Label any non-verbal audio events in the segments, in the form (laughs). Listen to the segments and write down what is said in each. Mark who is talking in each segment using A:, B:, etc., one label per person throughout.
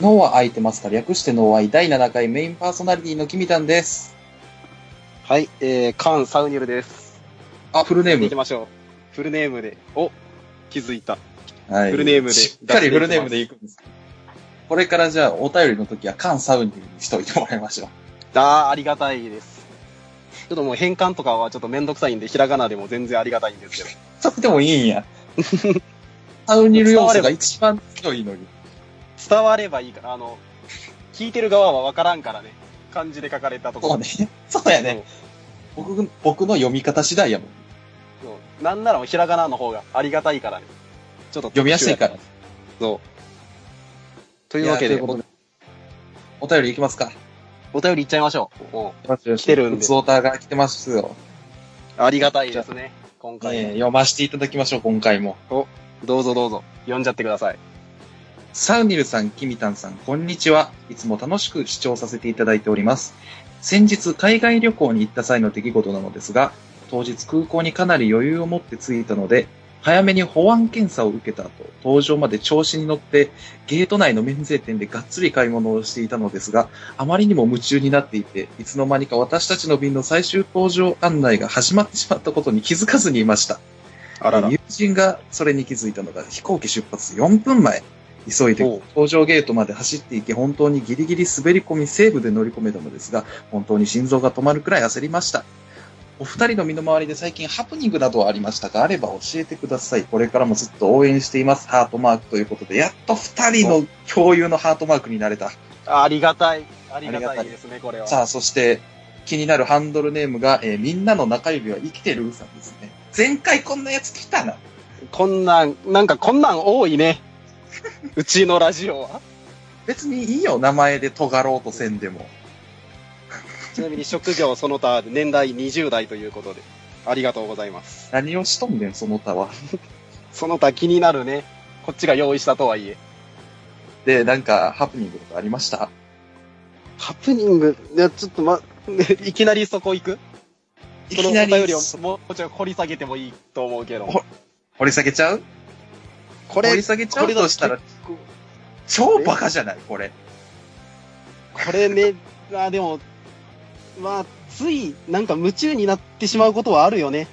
A: 脳は空いてますか略して脳愛第7回メインパーソナリティのキミタンです。
B: はい、えー、カン・サウニルです。
A: あ、フルネー
B: 行き
A: ム。
B: ましょう。フルネームで。お気づいた。
A: はい
B: フルネームで
A: しっかりフルネームでいくんです。これからじゃあお便りの時はカンサウンディにしといてもらいましょう。 (laughs)
B: あー、ありがたいです。ちょっともう変換とかはちょっとめんどくさいんで、ひらがなでも全然ありがたいんですけど。
A: それでもいいん
B: (laughs)
A: や。サウンディ要素が一番強いのに。 (laughs)
B: 伝わればいいから、あの、聞いてる側はわからんからね。漢字で書かれたとこ
A: そう
B: ろ。
A: ね。そうやね。僕、僕の読み方次第やもん。
B: そう。そうなんならひらがなの方がありがたいからね。ちょっと
A: 読みやすいから。
B: そう。というわけで、
A: やということお便りいきますか。
B: おお便りいっちゃいましょう。も
A: 来
B: てるんで
A: 普通オタが来てますよ。
B: う、ありがたいですね。今回、
A: ねえ読ませていただきましょう、今回も。
B: どうぞどうぞ、読んじゃってください。
A: サウニルさん、キミタンさん、こんにちは。いつも楽しく視聴させていただいております。先日、海外旅行に行った際の出来事なのですが、当日空港にかなり余裕を持って着いたので、早めに保安検査を受けた後、搭乗まで調子に乗って、ゲート内の免税店でがっつり買い物をしていたのですが、あまりにも夢中になっていて、いつの間にか私たちの便の最終搭乗案内が始まってしまったことに気づかずにいました。
B: あらら。
A: 友人がそれに気づいたのが飛行機出発4分前。急いで
B: おう
A: 搭乗ゲートまで走っていき、本当にギリギリ滑り込み西部で乗り込めたのですが、本当に心臓が止まるくらい焦りました。お二人の身の回りで最近ハプニングなどはありましたかあれば教えてください。これからもずっと応援しています。ハートマークということで、やっと二人の共有のハートマークになれた。
B: ありがたい。ありが
A: ありがた
B: た
A: い
B: いですね、これは。
A: さあ、そして気になるハンドルネームが、えーみんなの中指は生きてるさんですね。前回こんなやつ来たな。
B: こんなん、なんかこんなん多いね。 (laughs) うちのラジオは。
A: 別にいいよ、名前で尖ろうとせんでも。
B: ちなみに職業その他、年代20代ということで、ありがとうございます。
A: 何をしとんねん、その他は。
B: その他気になるね。こっちが用意したとはいえ。
A: で、なんか、ハプニングとかありました
B: ハプニング、いや、ちょっとま、 (laughs) いきなりそこ行く
A: い
B: その
A: き
B: お
A: な
B: 便
A: り、
B: りをもうちょい掘り下げてもいいと思うけど。
A: ほ掘り下げちゃう
B: こ
A: 掘り
B: れ、
A: 下げちゃうとしたら、
B: こ
A: 超バカじゃない、これ。
B: これね、まあでも、まあ、つい、なんか夢中になってしまうことはあるよね。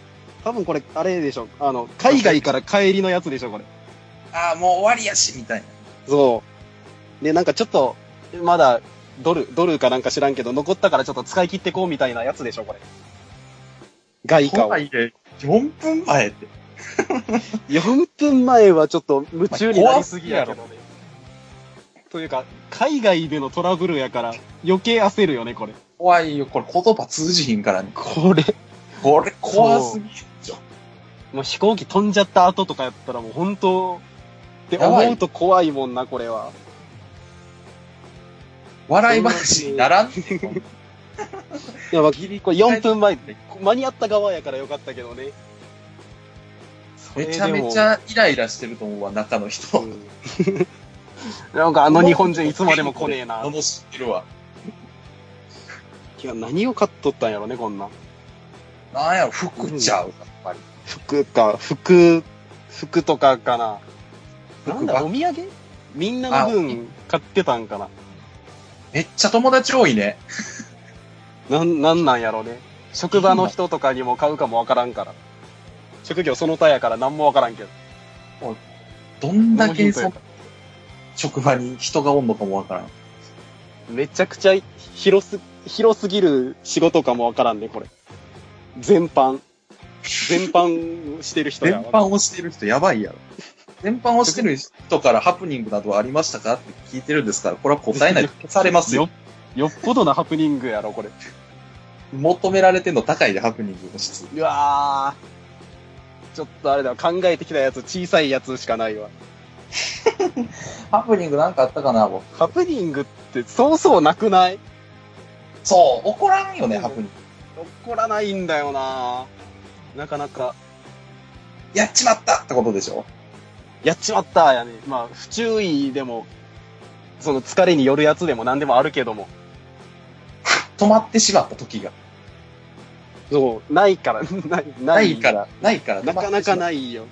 B: 多分これ、あれでしょ。あの、海外から帰りのやつでしょ、これ。
A: ああ、もう終わりやし、みたいな。
B: そう。で、なんかちょっと、まだ、ドル、ドルかなんか知らんけど、残ったからちょっと使い切ってこうみたいなやつでしょ、これ。外貨
A: と
B: を。
A: はいえ、4分前って。
B: 4分前はちょっと夢中になりすぎやけど
A: ま
B: ね。というか、海外でのトラブルやから、余計焦るよね、これ。
A: 怖いよ、これ言葉通じひんからね。
B: これ。
A: これ怖すぎるじゃん。
B: もう飛行機飛んじゃった後とかやったらもう本当、って思うと怖いもんな、これは。
A: 笑い話にならんねんこんな。
B: いや、まあ、
A: ギリ
B: これ4分前、間に合った側やからよかったけどね。それ
A: め
B: で
A: ちゃ
B: も
A: めちゃイライラしてると思うわ、中の人。
B: うん (laughs) なんかあの日本人いつまでも来ねえな。
A: 罵ってるわ。
B: いや、何を買っとったんやろね、こんなん。
A: なんやろ、服ちゃう、やっぱり。
B: 服か、服、服とかかな。なん
A: 服
B: だ、
A: ばっ
B: お土産みんなの分買ってたんかな。
A: めっちゃ友達多いね。
B: なん、なんなんやろね。職場の人とかにも買うかもわからんから。職業その他やから何もわからんけど。
A: どんだけそ
B: ノーヒン
A: の職場に人がおんのかもわからん。
B: めちゃくちゃ広す、広すぎる仕事かもわからんね、これ。全般。全般してる人や
A: 全般をしてる人やばいやろ。全般をしてる人からハプニングなどはありましたかって聞いてるんですから、これは答え
B: (laughs)
A: ないと消されますよ。
B: よ。よっぽどなハプニングやろ、これ。
A: 求められてんの高いで、ハプニングの質。
B: うわー。ちょっとあれだ、考えてきたやつ、小さいやつしかないわ。
A: ハプニングなんかあったかな、僕。
B: ハプニングって、そうそうなくない
A: そう、怒らんよね、
B: うん
A: ハプニング。
B: 起こらないんだよななかなか、
A: やっちまったってことでしょ
B: やっちまったやね。まあ、不注意でも、その疲れによるやつでも何でもあるけども。
A: 止まってしまった時が。
B: そう、ないから、 (laughs) ない、な
A: ないから、ないから、
B: なかなか
A: い。
B: ないよ。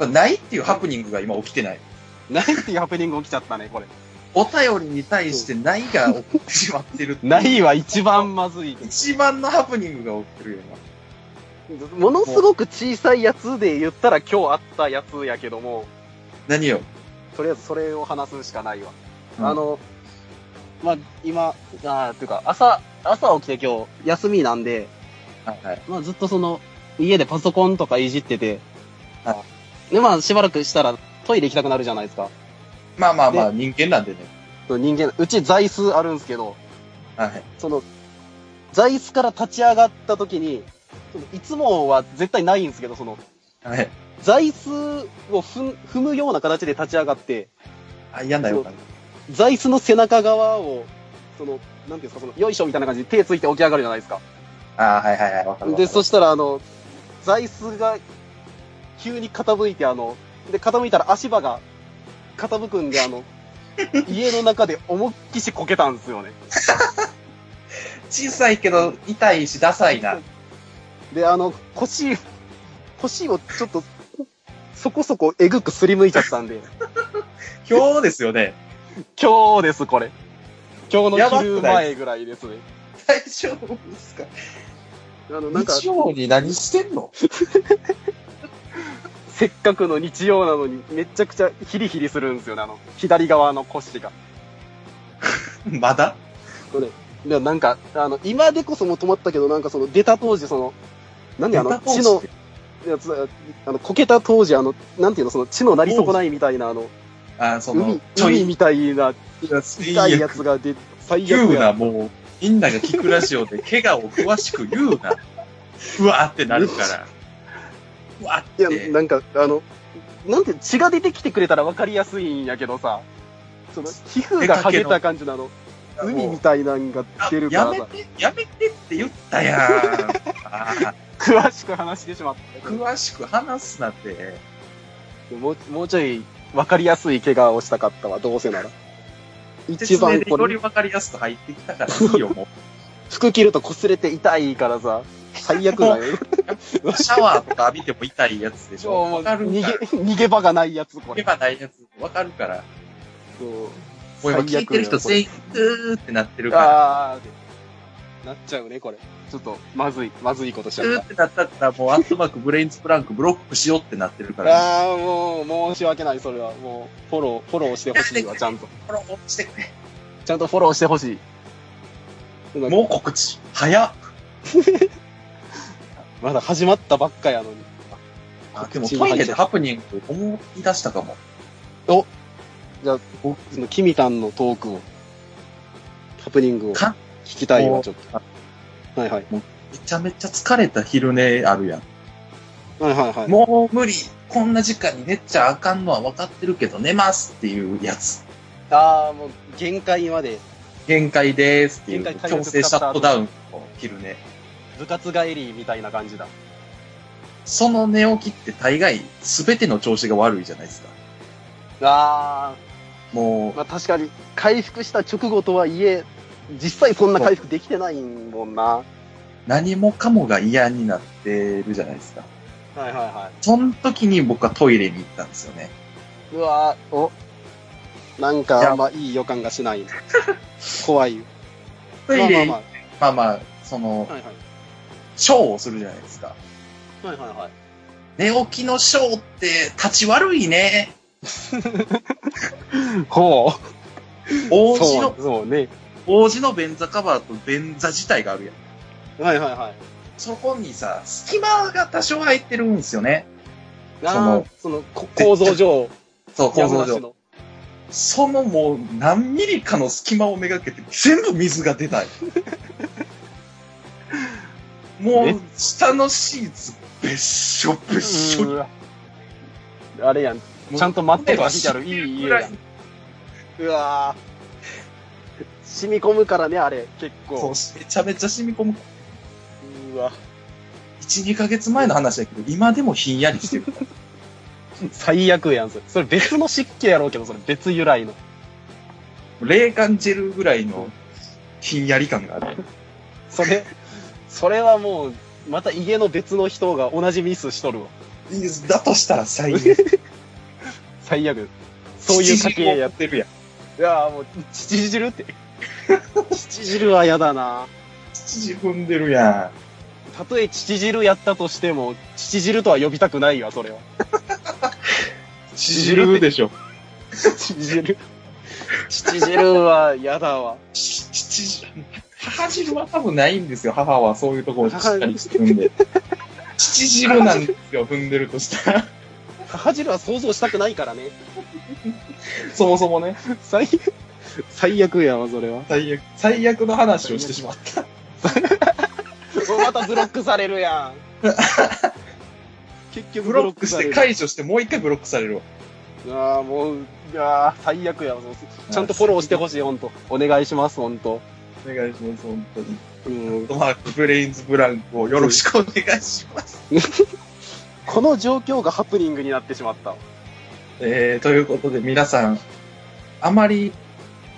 A: ないっていうハプニングが今起きてない。
B: ないっていうハプニング起きちゃったね、これ。
A: お便りに対してないが起こってしまってるっていう
B: ないは一番まずい。
A: 一番のハプニングが起きてるよ
B: ものすごく小さいやつで言ったら今日あったやつやけども、
A: な。何よ。
B: とりあえずそれを話すしかないわ。
A: うん
B: あの、まあ、今、あーていうか、朝、朝起きて今日、休みなんで、
A: はいはい。
B: まあ、ずっとその、家でパソコンとかいじってて、
A: は
B: で、まあ、しばらくしたらトイレ行きたくなるじゃないですか。
A: まあまあまあ、人間なんでね。
B: 人間、うち座椅子あるんですけど、
A: はい。
B: その、座椅子から立ち上がった時に、そのいつもは絶対ないんですけど、その、
A: はい。
B: 座椅子を踏ん踏むような形で立ち上がって、
A: あ、嫌な予感。
B: 座椅子の背中側を、その、なんていうんですか、その、よいしょみたいな感じで手ついて起き上がるじゃないですか。
A: あはいはいはい。わかるわかる。
B: で、そしたら、あの、座椅子が急に傾いて、あの、で、傾いたら足場が傾くんで、
A: (laughs)
B: あの、家の中で思いっきしこけたんですよね。
A: 小さいけど、痛いし、ダサいな。
B: で、あの、腰、腰をちょっと、そこそこえぐくすりむいちゃったん
A: (laughs)
B: で、
A: 今日ですよね。
B: 今日です、これ。今日
A: や
B: の
A: ばくない
B: 昼前ぐらいですね。
A: 大丈夫ですか
B: あの、なんか、
A: 曜に何してんの
B: せっかくの日曜なのに、めちゃくちゃヒリヒリするんですよね、あの、左側の腰が。
A: まだ
B: これ、いやなんか、あの、今でこそもう止まったけど、なんかその、出た当時、その、何あの、血の、やつ、あの、こけた当時、あの、なんていうの、その、血のなり損ないみたいな、あの、
A: あ、その
B: 海、、
A: ちょ
B: 海
A: い、
B: みたいな、痛いやつが出、最悪や
A: 言うな、もう。みんなが聞くラジオで、怪我を詳しく言うな。うわーってなるから。うわ
B: い
A: ーっ
B: や、
A: て。
B: なんか、あの、なんて、血が出てきてくれたら分かりやすいんやけどさ、その、皮膚が剥げた感じのあの、海みたいなんが
A: あ
B: 出るか
A: や
B: ら
A: め
B: さ、
A: て、やめてって言った
B: (laughs)
A: やん。あ
B: 詳しく話してしまっ
A: ー詳しく話すなって。
B: た。もう、もうちょい分かりやすい怪我をしたかったわ、どうせなら。一番
A: 説明
B: こ
A: でより
B: れ、
A: 分かりやすく入ってきたからいいよ、も
B: 服着ると擦れて痛いからさ、最悪
A: (laughs)
B: だよ。 (laughs)
A: う。シャワーとか浴びても痛いやつでしょ。
B: も
A: わ
B: う
A: かる
B: 逃
A: か
B: げ、
A: ら。
B: 逃げ場がないやつ、こ
A: 聞け
B: れ。
A: ばないやつ、わかるから。
B: そう
A: もう今聞いてる人
B: 最悪だ
A: 全
B: よ
A: 員、うーってなってるから。
B: あーってなっちゃうね、これ。ちょっと、まずい、まずいことしち
A: う
B: ゃ
A: ー。
B: った
A: ってなったら、もうアットマーク、ブレインスプランク、ブロックしようってなってるから。
B: ああ、もう、申し訳ない、それは。もう、フォロー、フォローして
A: (laughs)
B: ほしいわ、ちゃんと。
A: フォローしてくれ。
B: ちゃんとフォローしてほしい。も
A: もう告知。早っ。
B: う、まだ始まったばっかやのに。
A: あ、でもトイレでハプニング思い出したかも。
B: その、キミタンのトークを、ハプニングを
A: か
B: 聞きたい
A: も
B: わ、
A: う
B: ちょっと。はいはい。
A: めちゃめちゃ疲れた昼寝あるやん。
B: はいはい (laughs) はい。
A: もう無理。こんな時間に寝ちゃあかんのは分かってるけど、寝ますっていうやつ。
B: ああ、もう、限界まで、
A: 限界でーすってい
B: 限
A: う、
B: 界
A: 強制シャットダウン、昼寝。
B: 部活帰りみたいな感じだ。
A: その寝起きって大概、すべての調子が悪いじゃないですか。
B: あ
A: もう、
B: あ、まあ確かに、回復した直後とはいえ、実際そんな回復できてないもんな。は
A: 何もかもが嫌になってるじゃないですか。
B: いはいはい。
A: その時に僕はトイレに行ったんですよね。
B: うわーおなん
A: い
B: か
A: や
B: あんまいい予感がしない怖 (laughs) い
A: トイレ、
B: まあ
A: まあまあ、その
B: まあまあ、はいはい
A: ショーをするじゃないですか。
B: はいはいはい
A: 寝起きのショーって、立ち悪いね。
B: ほう
A: 王子
B: そ
A: の
B: う、そうね
A: 王子の便座カバーと便座自体があるやん。
B: はいはいはい
A: そこにさ、隙間が多少入ってるんですよね。
B: あ
A: その
B: ーそのこ構造上
A: そう、構造
B: 山梨
A: 上。
B: の
A: そのもう何ミリかの隙間をめがけて全部水が出
B: (laughs)
A: ない。も
B: え
A: う、下のシーツ、べっしょべっしょ
B: うーわあれやんちゃんとマットとか敷いてあるいい家やんうわー染み込むからねあれ結
A: そう
B: 構
A: めちゃめちゃ染み込む。
B: うわ
A: 1、2ヶ月前の話だけど、今でもひんやりしてる。
B: 最悪やんそれそれ別の湿気やろうけどそれ別由来の
A: 冷感ジェルぐらいのひんやり感がある。
B: そ (laughs) れそれはもうまた家の別の人が同じミスしとるわ
A: だとしたら最悪。
B: (laughs) 最悪。そういう家系や
A: ってるやん。
B: いやーもう、父汁 (laughs) って。
C: 乳汁は嫌だな。
A: 父自踏んでるや
B: たとえ父汁やったとしても、父汁とは呼びたくないわ、それは。
A: ん。父汁でしょ。
B: (laughs) 父汁。 (laughs) 父汁は嫌だわ。
A: 父汁。母汁は多分ないんですよ。母はそういうとこをしっかり踏んで。父汁なんですよ、踏んでるとしたら。
C: 母汁は想像したくないからね。
A: そもそもね、
C: 最悪。最悪やわ、それは。
A: 最悪、最悪の話をしてしまった。
B: またブロックされるやん。
C: 結局
A: ブロックして
C: 帰
A: 解除してもう一回ブロックされるわ。
B: ああ、もう、いやー最悪やわ、そうちゃんとフォローしてほしい、ほんと。お願いします、ほんと。
A: お願いします、本当に。
B: うん。
A: マークブレインズブランコをよろしくお願いします。
B: この状況がハプニングになってしまった。
A: (laughs) えー、ということで皆さん、あまり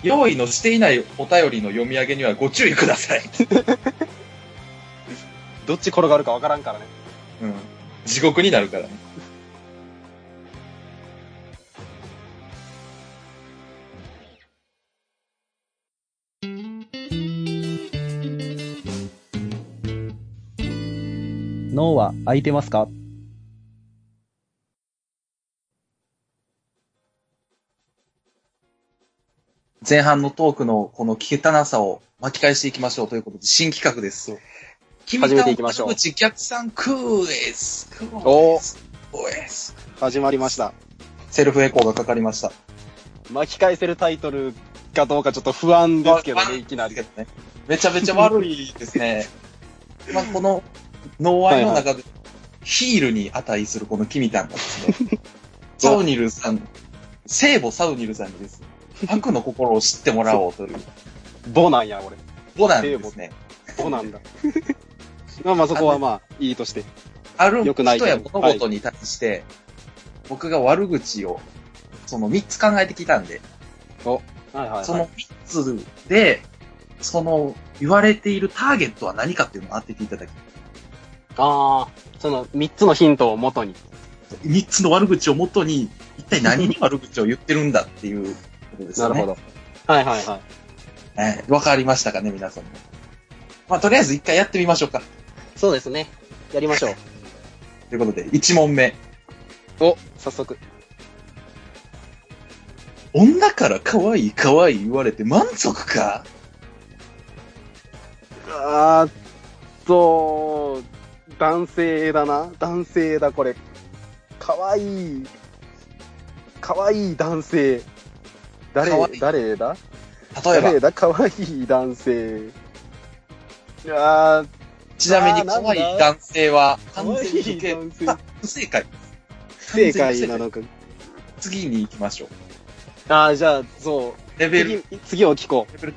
A: 用意のしていないお便りの読み上げにはご注意ください。
B: どっち転がるかわからんからね。
A: うん。地獄になるからね。
B: 脳は空いてますか
A: 前半のトークのこの汚さを巻き返していきましょうということで、新企画です。君
B: 始めていきましょう
A: 田口逆算クエス。ク
B: お
A: エス。クエス。
C: 始まりました。
A: セルフエコーがかかりました。
B: 巻き返せるタイトルかどうかちょっと不安ですけどね、いきなり。
A: ね。めちゃめちゃ悪いです
B: (laughs)
A: ね。まあ、この、ノーアイの中で、ヒールに値するこのキミタンがです
B: (laughs)
A: ね、サウニルさん、聖母サウニルさんにですね、悪の心を知ってもらおうという、
B: ボなんや、俺。
A: ボなんですね。
B: ボな
C: (laughs)
B: んだ。
C: まあまあそこはまあ、いいとして。
A: ある
C: 良くない
A: 人や物事に対して、僕が悪口を、その3つ考えてきたんで、
B: はいはい、はい。
A: その3つで、その言われているターゲットは何かっていうのを当てていただき、
B: ああ、その3つのヒントをもとに。
A: 3つの悪口をもとに、一体何に悪口を言ってるんだっていうことです
B: (laughs) な
A: よ
B: る
A: ね。
B: ほど。はいはいはい。
A: えーわかりましたかね、皆さんも。まあ、とりあえず一回やってみましょうか。
B: そうですね。やりましょう。
A: ということで、1問目。
B: お、早速。
A: 女から可愛い可愛い言われて満足か
C: あーっと、男性だな。男性だ、これ。かわいい。かわいい男性。誰
A: かわい、い
C: 誰だ
A: 例えば
C: 誰、だかわいい男性。いやー、
A: ちなみに可愛い男性は
C: か
A: 完
C: わい
A: 全に不
C: い
A: 正
C: 男性。
A: 不正解。
C: 不正解なのか。
A: 次に行きましょう。
B: ああ、じゃあ、そう。
A: レベル、
B: 次、次を聞こ
A: レベル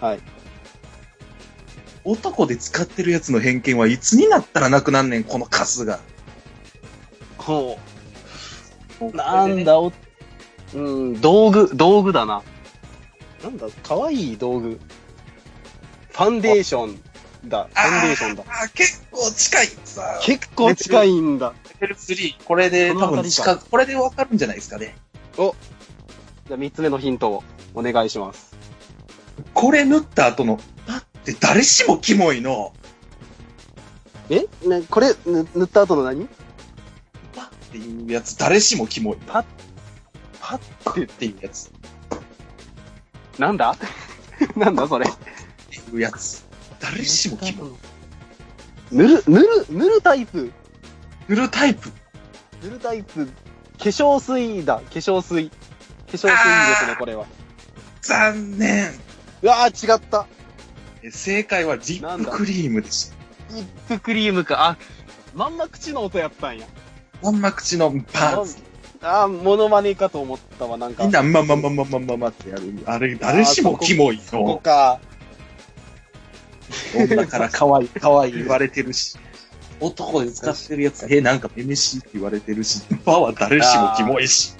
C: はい。
A: 男で使ってるやつの偏見はいつになったらなくなんねん、このカスが。
B: う。ほう。なんだ、お、うん、道具、道具だな。なんだ、かわいい道具。ファンデーションだ。フ
A: あー
B: ァンデーションだ。
A: あー、結構近い。さあ、レ
B: 結構近いんだ。
A: ベル3。これで多
B: この
A: 分
B: 辺りか
A: 近く、これでわかるんじゃないですかね。
B: じゃあ、3つ目のヒントをお願いします。
A: これ塗った後の、だって誰しもキモいの。
C: えね、これ、ぬ塗った後の何
A: パっていうやつ、誰しもキモい。
B: パッ
A: パッっていうやつ。っ
B: (laughs) なんだ (laughs) なんだそれ。
A: ていうやつ。誰しもキモい。
C: 塗る、塗る、塗るタイプ。
A: 塗るタイプ。
C: 塗るタイプ。
B: 化粧水だ。化粧水。化粧水ですね
A: あー、
B: これは。
A: 残念。
C: うわー、違った。
A: え正解はリップクリームでした。
B: リップクリームか。あ、まんま口の音やったんや。
A: まんま口のパンツ。
B: あー、モノマネかと思ったわ、なんか。
A: みんな、まんまんまんまんまんまんまってやる。あれ、誰しもキモい
B: ここ
A: の。
B: か。
A: 女から可愛い、可愛い言われてるし。男で使ってるやつ、え、なんかめめしいって言われてるし、バは誰しもキモいし。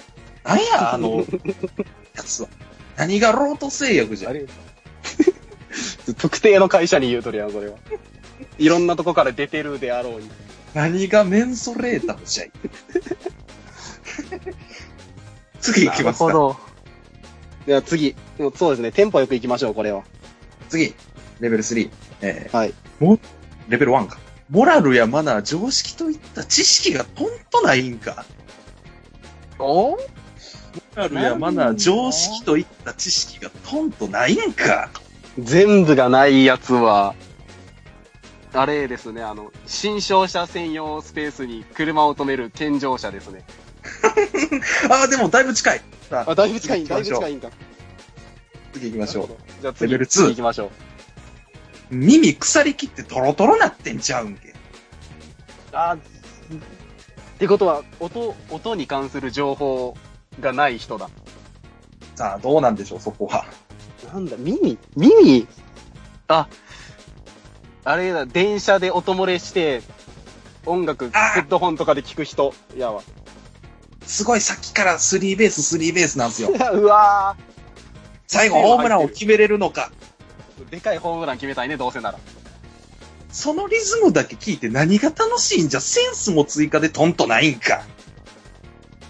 A: なんや、あの、やつは。何がロート制約じゃ
B: あ
A: ん。
B: れ (laughs) 特定の会社に言うとるやん、それは。いろんなとこから出てるであろうに。
A: 何がメンソレーターじゃ (laughs) い。次行きます
B: な
A: か。
B: るほど。
D: では次。そうですね。テンポよく行きましょう、これは。
A: 次、レベル3。えー、
D: はい。
A: も、レベル1か。モラルやマナー、常識といった知識がとんとないんか。
B: お
A: モラルやマナー、
B: ないの
A: 常識といった知識がとんとないんか。
B: 全部がないやつは、あれですね、あの、新商車専用スペースに車を止める健常者ですね。
A: ああ、でもだいぶ近い。さあ、
D: あ、だいぶ近い、だいぶ
A: 行き
D: 近
A: ましょ
D: いんだ。
A: う次行きましょう。
B: じゃあ次、
A: レベルツー
B: 次行きましょう。
A: 耳腐りきってトロトロなってんちゃうんけ。
B: あってことは、音、音に関する情報がない人だ。
A: さあ、どうなんでしょう、そこは。
D: なんだ、耳耳
B: あ、あれだ、電車で音漏れして、音楽、ヘ
A: あ
B: ッドホンとかで聞く人、やわ。
A: すごい、さっきからスリーベース、スリーベースなんで
D: (laughs)
A: すよ。
B: うわ
A: 最後、ホームランを決めれるのか。
B: ーでかいホームラン決めたいね、どうせなら。
A: そのリズムだけ聞いて何が楽しいんじゃ、センスも追加でトンとないんか。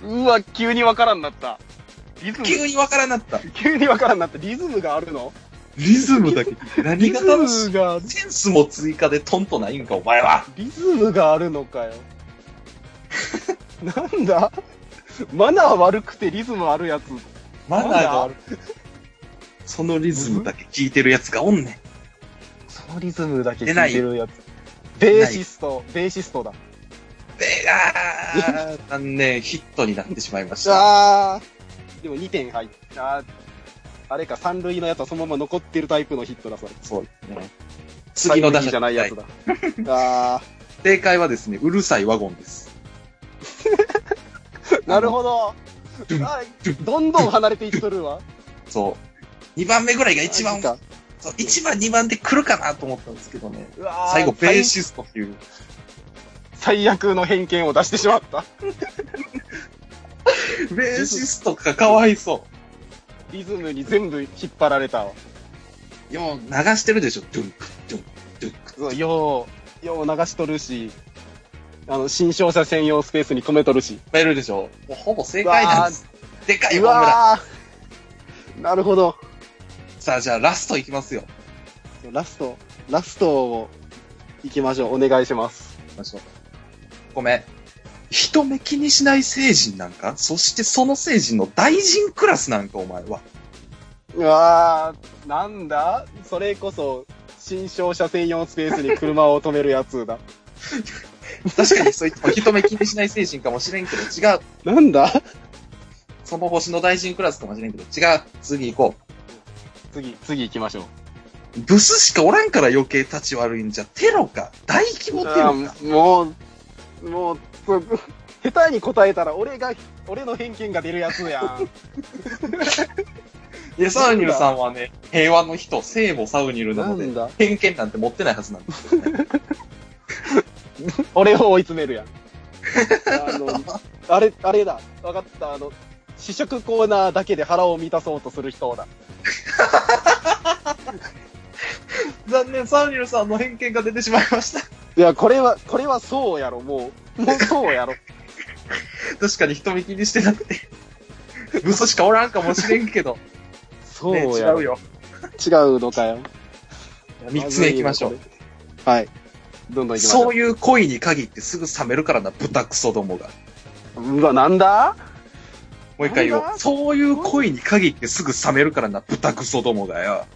B: うわ、急にわからんなった。リズム、
A: 急にわからなった。
B: 急にわからんなった。リズムがあるの
A: リズムだけ聞いて何が楽しい
B: が、
A: センスも追加でトンとないんか、お前は。
B: リズムがあるのかよ。 (laughs) なんだマナー悪くてリズムあるやつ。
A: マナーが悪い。そのリズムだけ聞いてるやつがおんね
B: そのリズムだけ
A: 出ない
B: るやつ。ベーシスト、ベーシストだ。
A: ん。で、あー、残念、ヒットになってしまいました。
D: あ
B: でも2点入った。あーあれか、三塁のやつはそのまま残ってるタイプのヒットだ、それ。
A: そうですね。次の打
B: 三
A: 者
B: 塁じゃないやつだ。
D: ー、あ
A: 正解はですね、うるさいワゴンです。
B: なるほど。
A: ドゥン
B: あーどんどん離れていっとるわ。
A: そう。2番目ぐらいが (laughs) 一
D: マ
A: 番
D: ジ、か
A: そう一番、2番で来るかなと思ったんですけどね。
B: うわー
A: 最後、ベーシストっていう。
B: 最悪の偏見を出してしまった。
A: ベーシストか、かわいそ
B: リズムに全部引っ張られたわ。
A: う。よう、流してるでしょ。ドゥンク、ドゥンク、ドゥンク。
B: そうよう、よう流しとるし、あの、新商車専用スペースに止めとるし。
A: 入るでしょ。もうほぼ正解なんです。でかいホームラン。
B: わーなるほど。
A: さあ、じゃあ、ラストいきますよ。
D: ラスト、ラストを行きましょう。お願いします。
A: 行きましょう。ごめん。人目気にしない成人なんかそしてその成人の大臣クラスなんかお前は。
B: うわーなんだそれこそ、新商車専用スペースに車を止めるやつだ。
A: 確かにそういつも (laughs) 人目気にしない精神かもしれんけど違う。
D: (laughs) なんだ
A: その星の大臣クラスかもしれんけど違う。次行こ
B: 次、次行きましょう。
A: う。ブスしかおらんから余計立ち悪いんじゃ。テロか。大規模テロ
B: あ
A: か。
B: ーもう、もう、そう (laughs) 下手に答えたら俺が、俺の偏見が出るやつやん。
A: いや、サウニルさんはね、平和の人、聖母サウニルな
D: な
A: ので
D: ん、だ
A: 偏見なんて持ってないはずなんですよね。
B: (laughs) 俺を追い詰めるやん。
D: あの、あれ、あれだ。わかった。あの、
B: 試食コーナーだけで腹を満たそうとする人だ。
A: 残念、サウニルさんの偏見が出てしまいました。
D: いや、これは、
B: これはそうやろ、もう。もうそ
A: (laughs)
B: うやろ。
A: (laughs) 確かに人目気にしてなくて。 (laughs) ブスしかおらんかもしれん (laughs) けど。
B: そ
A: ね、違うよ。
D: 違うのかよ。
A: (laughs) 三つ目行きましょう。
D: はい。
B: どんどん行きましょ
A: そういう恋に限ってすぐ冷めるからな、豚クソどもが。
B: う。うわ、なんだ (laughs)
A: もう一回言お
B: なん
A: う。
B: だ
A: そういう恋に限ってすぐ冷めるからな、豚クソどもがよ。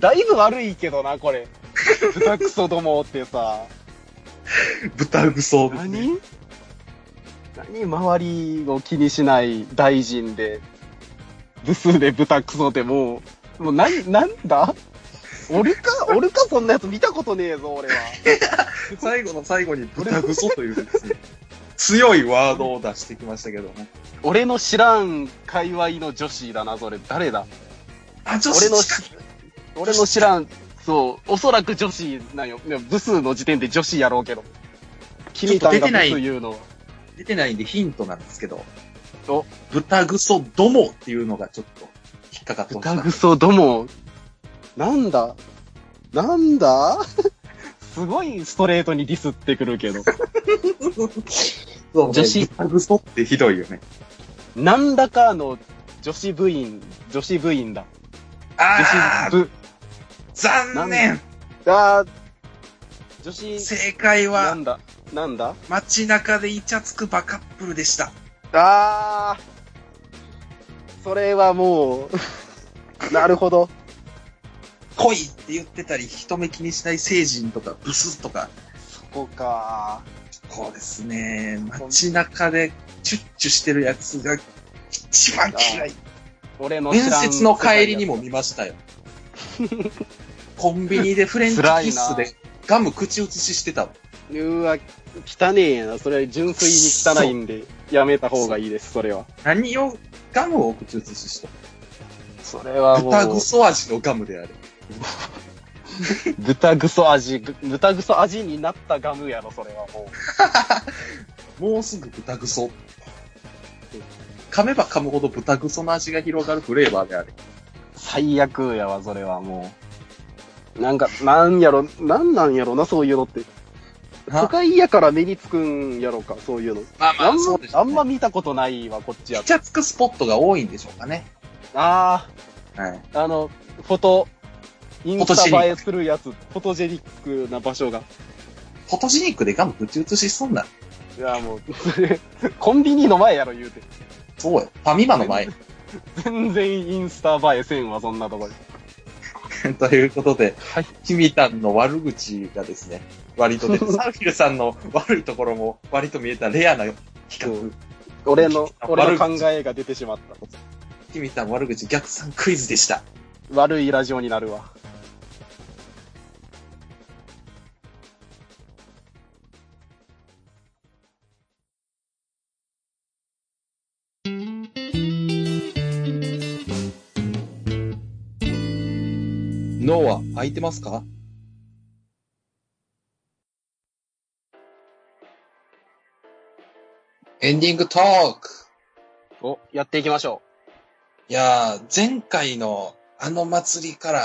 B: だいぶ悪いけどな、これ。豚クソどもってさ。
A: 豚クソ。
B: 何何周りを気にしない大臣で、ブスで豚クソでもう、もう何、なんだおるか、おるか、そんなやつ見たことねえぞ、俺は。
A: 最後の最後に豚クソというですね (laughs) 強いワードを出してきましたけども。
B: 俺の知らん界隈の女子だな、それ。誰だ
A: あ、ちょっ
B: 俺の
A: と、
B: 俺の知らん、そう、おそらく女子なんよ。でもブスの時点で女子やろうけど。君たんがブス言うのは。
A: 出てないんでヒントなんですけど
B: お、
A: 豚クソどもっていうのがちょっと引っかかってま
B: 豚
A: した
B: ぐ。そども、
D: なんだなん
B: (laughs)
D: だ
B: すごいストレートにディスってくるけど。
A: そうね
B: 女子
A: 豚クソってひどいよね。
B: なんだかの女子部員、女子部員だ。
A: あ
B: 女子部、
A: ー残念
B: あー女子、
A: 正解
B: な
A: は
B: んだ、なんだ
A: 街中でイチャつくバカップルでした。
E: あー、それはも
B: (laughs)
E: う、なるほど。
A: 恋って言ってたり、人目気にしない成人とか、ブスとか、
E: そこか。
A: こうですね、街中でチュッチュしてるやつが一番嫌い。
B: 俺の知
A: 面
B: らん
A: 接の帰りにも見ました
B: (laughs)
A: よ。コンビニでフレンチキッスでガム口移ししてたわ。
B: うーわ、汚ねえな。それは純粋に汚いんで、やめた方がいいです、それは。
A: 何をガムを口移しした
B: それはも
A: 豚ぐ
B: う、
A: そ味のガムである。
B: 豚ぐそ味、豚ぐそ味になったガムやろ、それはも
A: もうすぐ豚ぐそ。噛めば噛むほど豚ぐその味が広がるフレーバーである。
B: う。最悪やわ、それはもう。なんか、なんやろ、なんなんやろな、そういうのって。
A: な
B: 都会やから目につくんやろか、そういうの。
A: まあ
B: あんま、
A: そうでしょ
B: あ
A: うんね
B: ま見たことないわ、こっちや
A: イ。チャつくスポットが多いんでしょうかね。
B: あ
A: はい。
B: あ、あの、フォト、イン
A: ォト
B: ス
A: ジェニッ
B: タ
A: ク
B: 映えするやつ、フォトジェニックな場所が。
A: フォトジニックでガムぶち移しそんな。
B: いや、もう、 (laughs) それコンビニの前やろ、言うて。
A: そうよ。ファミマの (laughs) 前。
B: 全然インスタ映えせんわ、そんなとこで。
A: ということで、
B: はい
A: キミタンの悪口がですね、割 (laughs) とね、サンキルさんの悪いところも割と見えたレアな企
B: うん
A: 画。
B: 俺の、俺の
A: 悪
B: 考えが出てしまった。
A: キミタン悪口逆算クイズでした。
B: 悪いラジオになるわ。
A: 脳は空いてますかエンディングトーク
B: お、やっていきましょ
A: いやー、前回のあの祭りから、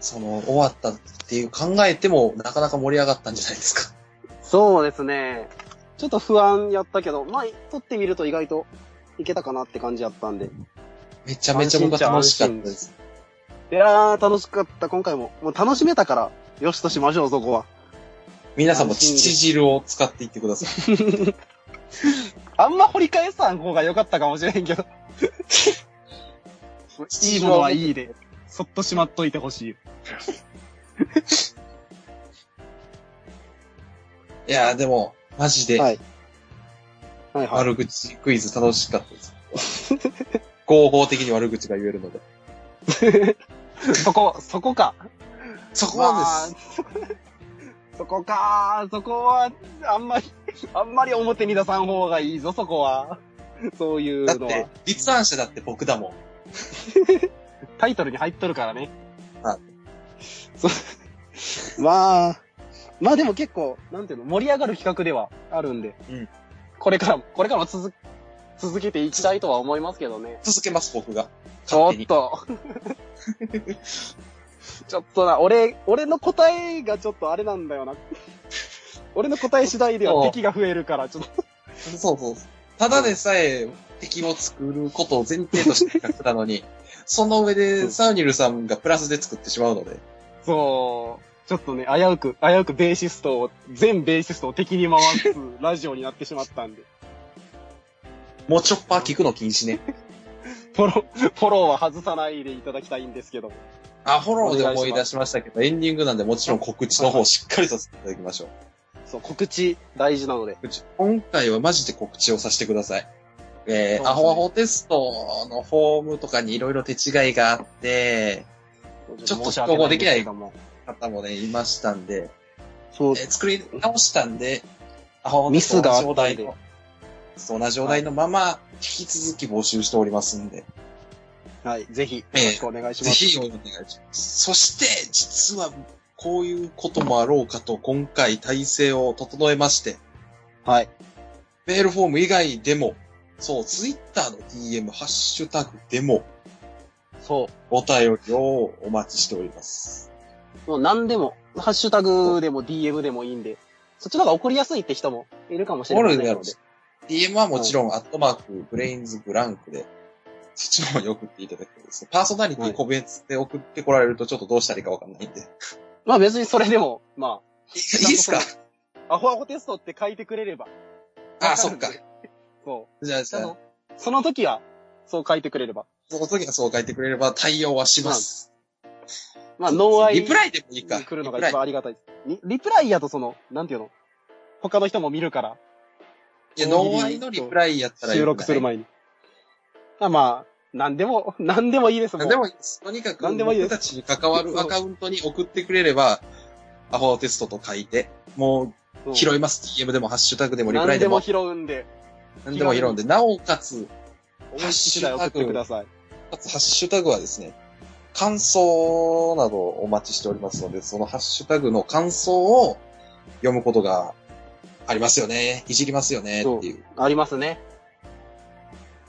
A: その、終わったっていう考えても、なかなか盛り上がったんじゃないですか。
B: う。そうですね。ちょっと不安やったけど、まあ、撮ってみると意外といけたかなって感じやったんで。
A: めちゃめちゃ僕は楽しかったです。
B: いやー、楽しかった、今回も。もう楽しめたから、よしとしましょう、そこは。
A: 皆さんも乳汁を使っていってください。
B: あんま掘り返さん方が良かったかもしれんけど。 (laughs) いいものはいいで、そっとしまっといてほしい。
A: いやー、でも、マジで、
E: はい。
B: はいはい。
A: 悪口クイズ楽しかったです。合法的に悪口が言えるので。
B: そこ、そこか。
A: そこはです。
B: まあそこか、そこは、あんまり、あんまり表に出さん方がいいぞ、そこは。そういう
A: だ
B: の
A: っ
B: は
A: て。、立案者だって僕だもん。
B: タイトルに入っとるからね。
E: まあ、
B: まあでも結構、なんていうの、盛り上がる企画ではあるんで。
A: うん
B: これからも、これからも続、続けていきたいとは思いますけどね。
A: 続けます、僕が。
B: ちょ
A: 勝手
B: っ
A: に。
B: と。
A: (laughs)
B: ちょっとな、俺、俺の答えがちょっとあれなんだよな。俺の答え次第では敵が増えるから、ちょっと。
A: そうそう。ただでさえ敵を作ることを前提として企画なの (laughs) に、その上でサウニルさんがプラスで作ってしまうので、
B: そう。ちょっとね、危うく、危うくベーシストを、全ベーシストを敵に回すラジオになってしまったんで。
A: もうチョッパー聞くの禁止ね。
B: (laughs) フォロー、フォローは外さないでいただきたいんですけども。
A: あ、フォローで思
B: お願いし
A: い
B: ます
A: 出しましたけど、エンディングなんでもちろん告知の方をしっかりさせていただきましょう。
B: そう、告知大事なので。
A: うち今回はマジで告知をさせてください。え
B: そうです
A: ー、
B: ね
A: アホアホテストのフォームとかにいろいろ手違いがあって、ちょっと
B: 申し訳んすけども
A: 方もね、いましたんで、
E: そう
A: えー作り直したんで、アホアホ
B: ミスがあった
A: 同
B: んで
A: じお題の、そう同じお題のまま、引き続き募集しておりますんで、
B: はい、ぜひ、よろしくお願いし
A: ぜ
B: ます。
A: ひお願いします。そして、実は、こういうこともあろうかと、今回体制を整えまして、
B: はい。
A: メールフォーム以外でも、そう、ツイッターの DM、ハッシュタグでも、
B: そう。
A: お便りをお待ちしております。
B: もう何でも、ハッシュタグでも DM でもいいんで、そっちの方が怒りやすいって人もいるかもしれ
A: お
B: ま
A: る
B: せん
A: んやろ
B: の
A: う
B: で
A: し。。DM はもちろん、アットマーク、ブレインズブランクで、そっちの方に送っていただけるとですね。パーソナリティ個別で送ってこられるとちょっとどうしたらいいかわかんないんで。い
B: まあ別にそれでも、ま
A: いいですか
B: あ、アホアホテストって書いてくれれば。
A: あ、そっか。
B: そ
A: じゃあ、じ
B: う。あ
A: ゃあ
B: の、、その時は、そう書いてくれれば。
A: その時はそう書いてくれれば対応はします。
B: まあ、ノーアイ
A: リ
B: に
A: プライでもいいか。
B: 来るのが
A: リプラ
B: 一
A: イ
B: 番ありがたいです。リリプライやとその、なんていうの他の人も見るから、
A: いや、ノーアイのリプライやったらいい。
B: 収録する前に。あまあ、なんでも、 (laughs) なんでもいいですもん。
A: でもいいです。とにかく、
B: 何でもいいで
A: 僕
B: す
A: たちに関わるアカウントに送ってくれれば、アホテストと書いて、も
B: うん
A: う拾います。DM でも、ハッシュタグでも、リプラ
B: 何
A: イ
B: で
A: で
B: も
A: も、
B: 拾うんで、
A: 何でも拾うんで、なおかつ、
B: 思い次第送ってください。
A: かつハッシュタグはですね、感想などをお待ちしておりますので、そのハッシュタグの感想を読むことがありますよね。いじりますよね。っていう。
B: ありますね。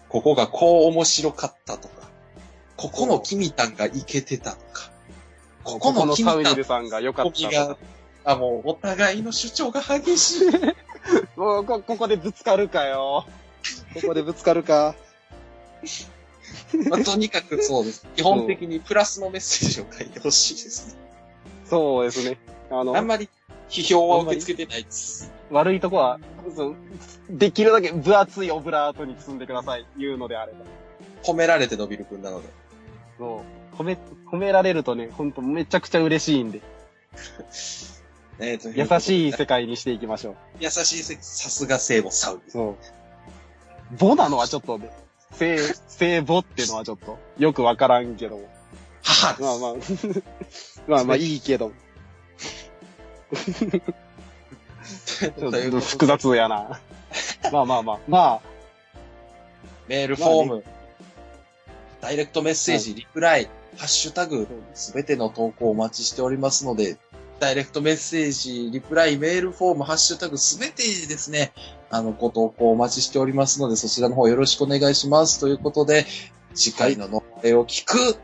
A: ここがこう面白かったとか、ここのキミタンがイケてたとか、ここのキミ
B: サウ
A: タ
B: ニ
A: ン
B: ルさんが良かっ
A: コ
B: た
A: ミが
B: と。
A: あ、もう、お互いの主張が激しい。
B: (laughs) もうこ、ここでぶつかるかよ。
F: ここでぶつかるか。
A: まあ、とにかくそうです。基本的にプラスのメッセージを書いてほしいですね。
B: そうですね。あの
A: あ、んまり批評は受け付けてないです。
B: 悪いとこは、そうできるだけ分厚いオブラートに包んでください。言うのであれば。
A: 褒められて伸びるくんなので。
B: そう。褒め、褒められるとね、ほんとめちゃくちゃ嬉しいん (laughs) で、
A: えーと
B: 優しい世界にしていきましょう。
A: 優しい世界さすが聖母サウル。
B: そう。ボなのはちょっとね、聖、聖母ってのはちょっと、よくわからんけども。
A: 母です。
B: ま
A: (laughs)
B: あまあ、 (laughs) まあまあいいけど。ちょっと複雑やな。 (laughs) まあまあまあ。ま
A: メールフォーム、ダイレクトメッセージ、リプライ、ハッシュタグ、すべての投稿をお待ちしておりますので、ダイレクトメッセージ、リプライ、メールフォーム、ハッシュタグ、すべてですね、あの、ご投稿お待ちしておりますので、そちらの方よろしくお願いします。ということで、次回の脳ーを聞く、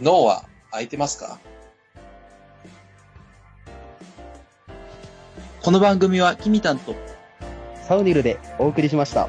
A: 脳は空いてますかこの番組は、キミタンと
F: サウニルでお送りしました。